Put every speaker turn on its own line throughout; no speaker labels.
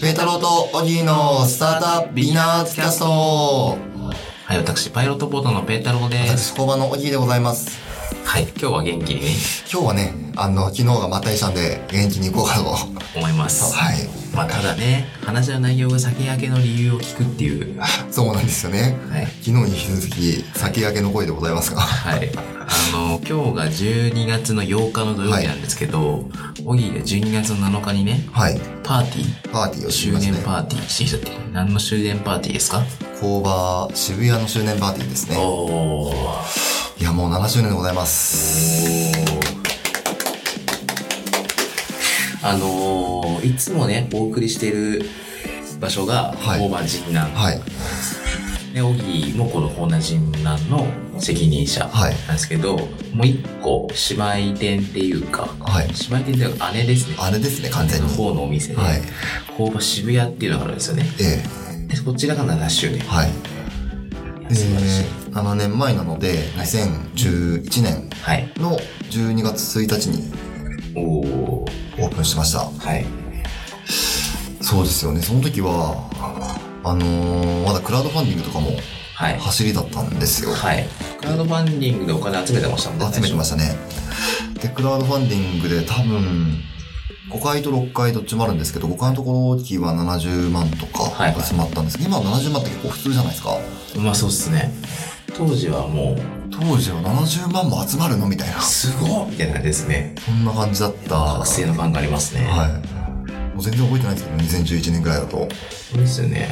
ペータローとオギーのスタートアップビギナーズキャスト
はい、私、パイロットボートのペータローです。
私工場のオギーでございます
はい、今日は元気にね、
今日はねあの昨日がまたいしたんで元気に行こうかとは
思います。
い
まあ、ただね、話の内容が先明けの理由を聞くっていう。は
そうなんですよね昨
い。
日に引き続き先駆けの声でございますが
はい。あの、今日が12月の8日の土曜日なんですけど、オギーが12月の7日にね、
はい
パーティ
パーティー
ー、
をして
終
きまし
電
たね
パーティーしてきたって、何の終電パーティーですか
工場渋谷の周年パーティーですね
おー。
いやもう7周年でございます
あのーいつもね、お送りしている場所が、
はい
工場人南。
はい
で、オギーもこのコーナー人南の責任者
はい
なんですけど、もう一個、姉妹店っていうか、
はい
姉妹店っていうか姉ですね。
あれですね完全に
の方のお店で、
はい
工場渋谷っていうのがあるんですよね。
え
で、こちらが7周年
え。はい
素晴らしい。
えー7年前なので
はい
2011年
はい。
の12月1日に
おー。
オープンしました
はい。
そうですよねその時はあのーまだクラウドファンディングとかも
はい。
走りだったんですよ、
はい。クラウドファンディングでお金集めてましたもんね。
集めてましたねでクラウドファンディングで多分5回と6回どっちもあるんですけど5回のところ期は70万とか
はいはい
集まったんですけど、今70万って結構普通じゃないですか
最初まあそうっすね。当時はも
当時は70万も集まるのみたいな
う、すごっみたいなですね。
そんな感じだった
学生の感がありますね。
はい。もう全然覚えてないですけど、2011年ぐらいだと。
そうですよね。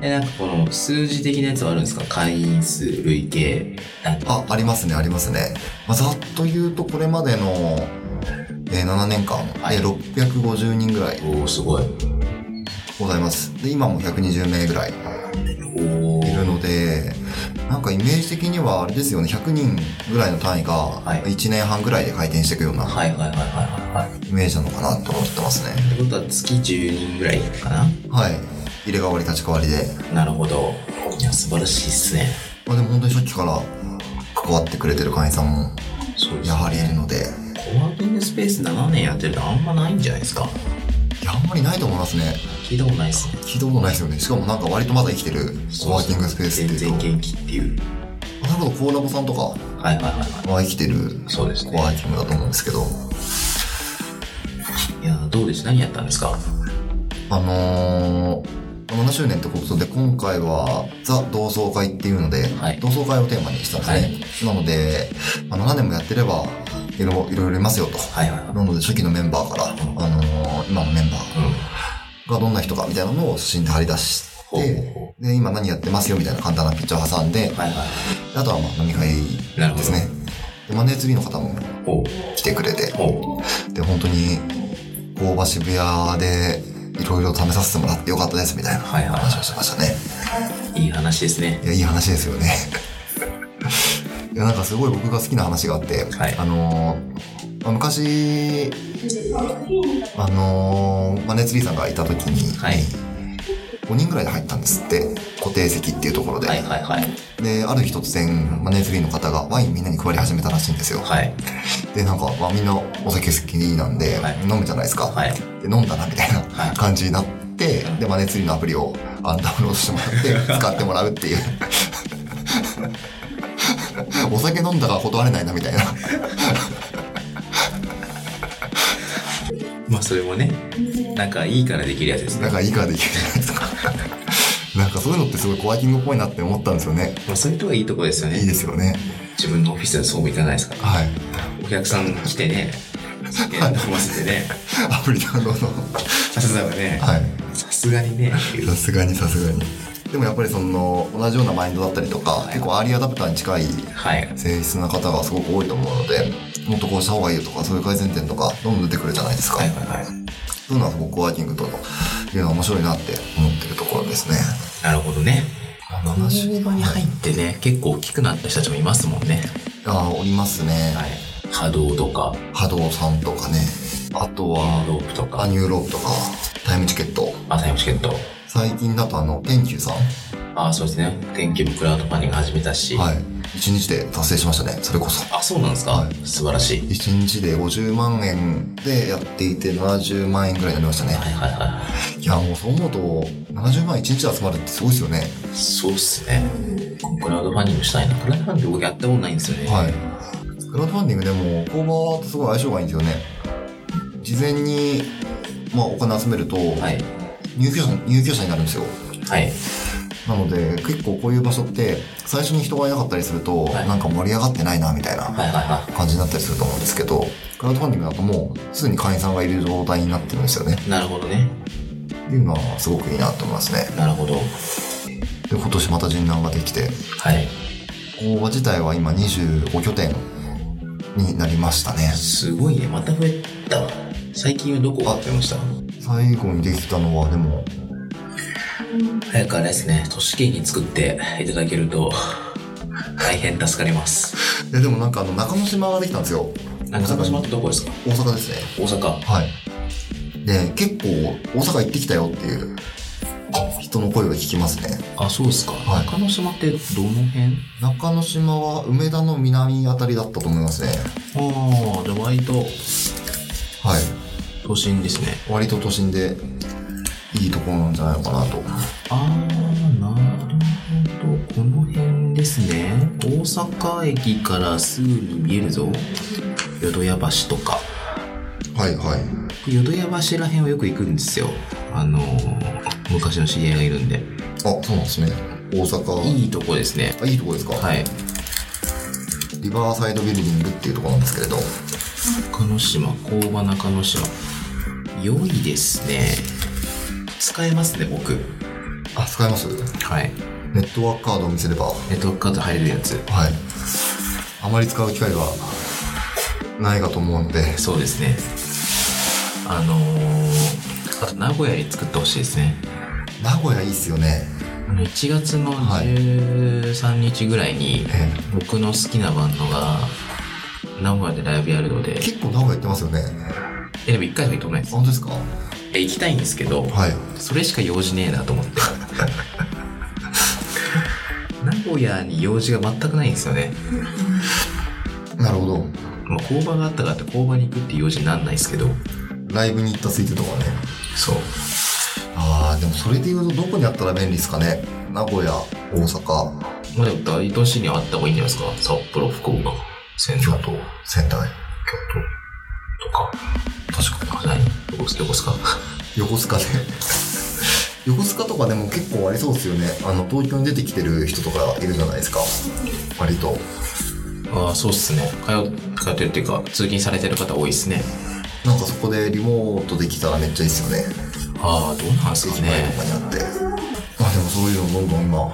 え、なんかこの数字的なやつはあるんですか会員数、累計。なんか
あ、ありますね、ありますね。まあ、ざっと言うと、これまでの、えー7年間、
はい
えー650人ぐらい
おおすごい。
ございます。で、今も120名ぐらい
おお
いるので、なんかイメージ的にはあれですよね、100人ぐらいの単位が、
はい
1年半ぐらいで回転していくような
はいはいはいはいはい。はい。
イメージなのかなと思ってますね。
ってことは月10人ぐらいかな
はい。入れ替わり立ち替わりで。
なるほど。いや、素晴らしいっすね。
まあ、でも本当に初期から関わってくれてる会員さんも、
そうですね
やはりいるので、
コワーキングスペース7年やってるとあんまないんじゃないですか
いや、あんまりないと思いますね。
聞いたことないっすね。
聞いたことないですよね。しかもなんか割とまだ生きてるコワーキングスペースっていう
全
と。
然元気っていう
なるほど、コーラボさんとか
はいはいはいは
は生きてる
いそうです
コ
ね
ワーキングだと思うんですけど、
いやどうでした何やったんですか
あのー、7周年ってことで今回はザ同窓会っていうので、
はい
同窓会をテーマにしたんですね。なので、まあ、7年もやってればいろいろいろいろいますよと。
はいはいはい
なので初期のメンバーから、あのー今のメンバーがどんな人かみたいなのを写真で貼り出して、
ほうほうほ
で、今何やってますよみたいな簡単なピッチャー挟んで、
はいは
あとはまあ飲み会
なるほ
です
ど
ね。でマネーツリーの方も
いほ
来てくれて
う、ほ
で、本当に、工場渋谷でいろいろ試させてもらってよかったですみたいな
はいはい
話をしてましたね。
ういい話ですね
いや、いい話ですよね。 いや、なんかすごい僕が好きな話があって、
はい
あのーまあ昔、あのーマネーツリーさんがいた時に、
はい
5人ぐらいで入ったんですって、固定席っていうところで。
はいはいはい
で、ある日突然、マネーツリーの方がワインみんなに配り始めたらしいんですよ。
はい
で、なんか、まあみんなお酒好きなんで、
はい
飲むじゃないですか。
はい
で、飲んだな、みたいな
はい
感じになって、で、マネーツリーのアプリをあのダウンロードしてもら って、使ってもらう っていう。お酒飲んだから断れないな、みたいな。
まあそれもねなんかいいからできるやつです
な
ね
んかいいからできるじゃないですか。なんかそう いうのってすごいコワーキングっぽいなって思ったんですよね。
まあそういうとこがいいとこですよ
いい
ね
ですよね。
自分のオフィスはそうもいかないですから
はい。
お客さん来てね酒飲ませてね
アプリダウンロード。
さすがにね
はい。
さすがにねっていう
さすがにさすがにでもやっぱりその同じようなマインドだったりとか、
い
結構アーリーアダプターに近い
はい
性質な方がすごく多いと思うのでもっとこうした方がいいよとかそういう改善点とかどんどん出てくるじゃないですか、
はいはいはい
そういうのはすごくコワーキングというのは面白いなって思ってるところですね
なるほどね
70
に入ってね結構大きくなった人たちもいますもんね
ああおりますね、
はい波動とか
波動さんとかねあと
ワ
は
ードロープとか
アニューロープとかタイムチケット
アタイムチケット
最近だとあの研究さん
ああ、そうですね。天気もクラウドファンディング始めたし。
はい。1日で達成しましたね、それこそ。
あ、そうなんですか、
は
素晴らしい。
1日で50万円でやっていて70万円ぐらいになりましたね。
はいはいはい
や、もうそう思うと、70万1日で集まるってすごいですよね。
い。そうっすね。クラウドファンディングしたいな。クラウドファンディング僕やったことないんですよね。
はい。クラウドファンディングでも、工場とすごい相性がいいんですよね。事前に、まあ、お金集めると、
はい。
入居者、入居者になるんですよ。
はい。
なので、結構こういう場所って、最初に人がいなかったりすると、
はい
なんか盛り上がってないな、みたいな。
はいはいは
感じになったりすると思うんですけど、クラウドファンディングだともう、すでに会員さんがいる状態になってるんですよね。
い。なるほどね。
っていうのはすごくいいなと思いますね。
なるほど。
で、今年また人難ができて、
はい。
工場自体は今25拠点になりましたね。
すごいね。また増えた。最近はどこが増えました
最後にできたのは、でも、
早くあれですね、都市圏に作っていただけると、大変助かります。
え、でもなんかあの、中之島ができたんですよ。
中之島ってどこですか
大阪ですね。
大阪。
はい。で、結構、大阪行ってきたよっていう、人の声を聞きますね。
あ、そうですか。
はい
中之島ってどの辺
中之島は梅田の南あたりだったと思いますね。
ああ、じゃあ割と
はい。
都心ですね。
割と都心でいいところなんじゃないのかなと。
ああ、なるほど。この辺ですね。大阪駅からすぐに見えるぞ。淀屋橋とか。
はいはい。
で淀屋橋ら辺はよく行くんですよ。あのー昔の知り合いがいるんで。
あ、そうなんですね。大阪。
いいとこですね。
あいいとこですか、
はい。
リバーサイドビルディングっていうところなんですけれど。
中之島工場中之島良いですね使えますね僕
あ、使えます
はい
ネットワークカードを見せれば。はい。
ネットワークカード入れるやつ
あまり使う機会がないかと思うので。
そうですねあのー、あと名古屋に作ってほしいですね
名古屋いいっすよね。
あの1月の
はい
13日ぐらいに、
え
僕の好きなバンドが名古屋でライブやるので
結構名古屋行ってますよね。
えでも1回しか行ってないです
本当ですか
え行きたいんですけど
はい。
それしか用事ねえな と思って名古屋に用事が全くないんですよね
なるほど。
まあ、工場があったからって工場に行くっていう用事になんないですけど
ライブに行ったついてとかね。
そう
ああ、でもそれで言うとどこにあったら便利ですかね。名古屋、大阪。
まあでも大都市にはあった方がいいんじゃないですか札幌福岡仙
京
台
都、仙台、
とか確かにはいどこっすどこっすか
横須 賀で。横須賀とかでも結構ありそうですよね。あの、東京に出てきてる人とかいるじゃないですか。割と。
ああそうっすね通通ってるっていうか通勤されてる方多いっすね
なんかそこでリモートできたらめっちゃいいですよね。
ああどうなんすか
駅前
ね
とかにあって。まあでもそういうのどんどん今、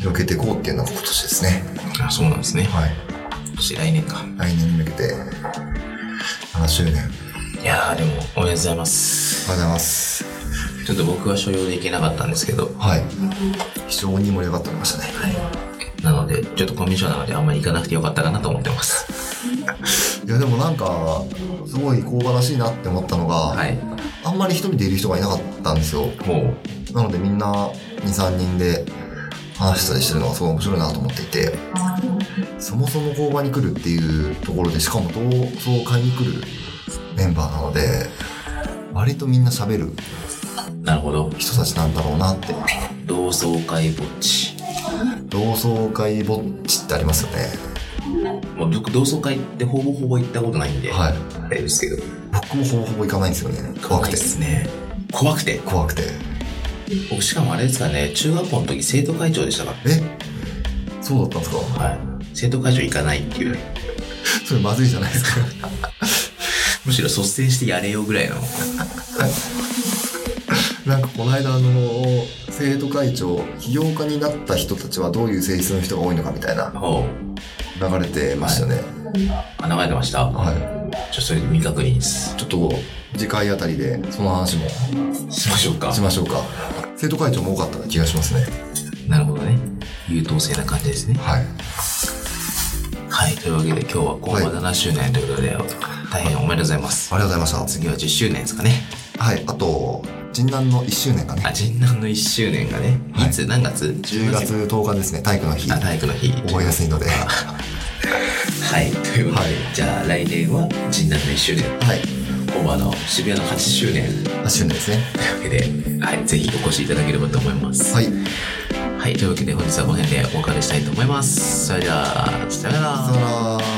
広げていこうっていうのが今年ですね。
あそうなんですね
はい。
今年来年か
来年に向けて、7周年。ありが
いやーでもおめでとうございます
とうございます。
ちょっと僕は所要で行けなかったんですけど
はい。非常に盛り上がっておりましたね。
なのでちょっとコンディションなのであんまり行かなくてよかったかなと思ってます
いやでもなんか、すごい工場らしいなって思ったのが、
はい
あんまり一人でいる人がいなかったんですよ。
も
なのでみんな2、3人で話したりしてるのがすごい面白いなと思っていて、そもそも工場に来るっていうところで、しかも同窓会に来るメンバーなので、割とみんな喋る
うなるほど
人たちなんだろうなって。
同窓会ぼっち
同窓会ぼっちってありますよね。
もう僕同窓会ってほぼほぼ行ったことないんで、
はい。
あれですけど
僕もほぼほぼ行かないんですよね。怖く
い
て
で。すね怖くて
怖くて。
僕しかもあれですからね中学校の時生徒会長でしたか、
えそうだったんですから
はい、生徒会長行かないっていう
それまずいじゃないですか。
むしろ率先してやれよぐらいの
なんかこの間あの生徒会長起業家になった人たちはどういう性質の人が多いのかみたいな
ほう
流れてましたね
あ流れてました、
はい、
ちょっとそれで未確認です
ちょっと次回あたりでその話も
しましょうか
しましょうか生徒会長も多かった気がしますね
なるほどね優等生な感じですね
はい
はいというわけで今日は今後7周年ということで、大変おめでとうございます
ありがとうございまし
次は10周年ですかね
たはいあと神南の1周年がね
あ、神南の1周年がね、
はい
いつ何月
10月10日ですね体育の日
あ、体育の日。
覚えやすいのでは
はい、ということで、じゃあ来年は神南の1周年、
い
本場の渋谷の8周年
8周年ですね
というわけで、はい、ぜひお越しいただければと思います。
はい
はい、というわけで本日はこの辺でお別れしたいと思います。それでは、さよなら
さよなら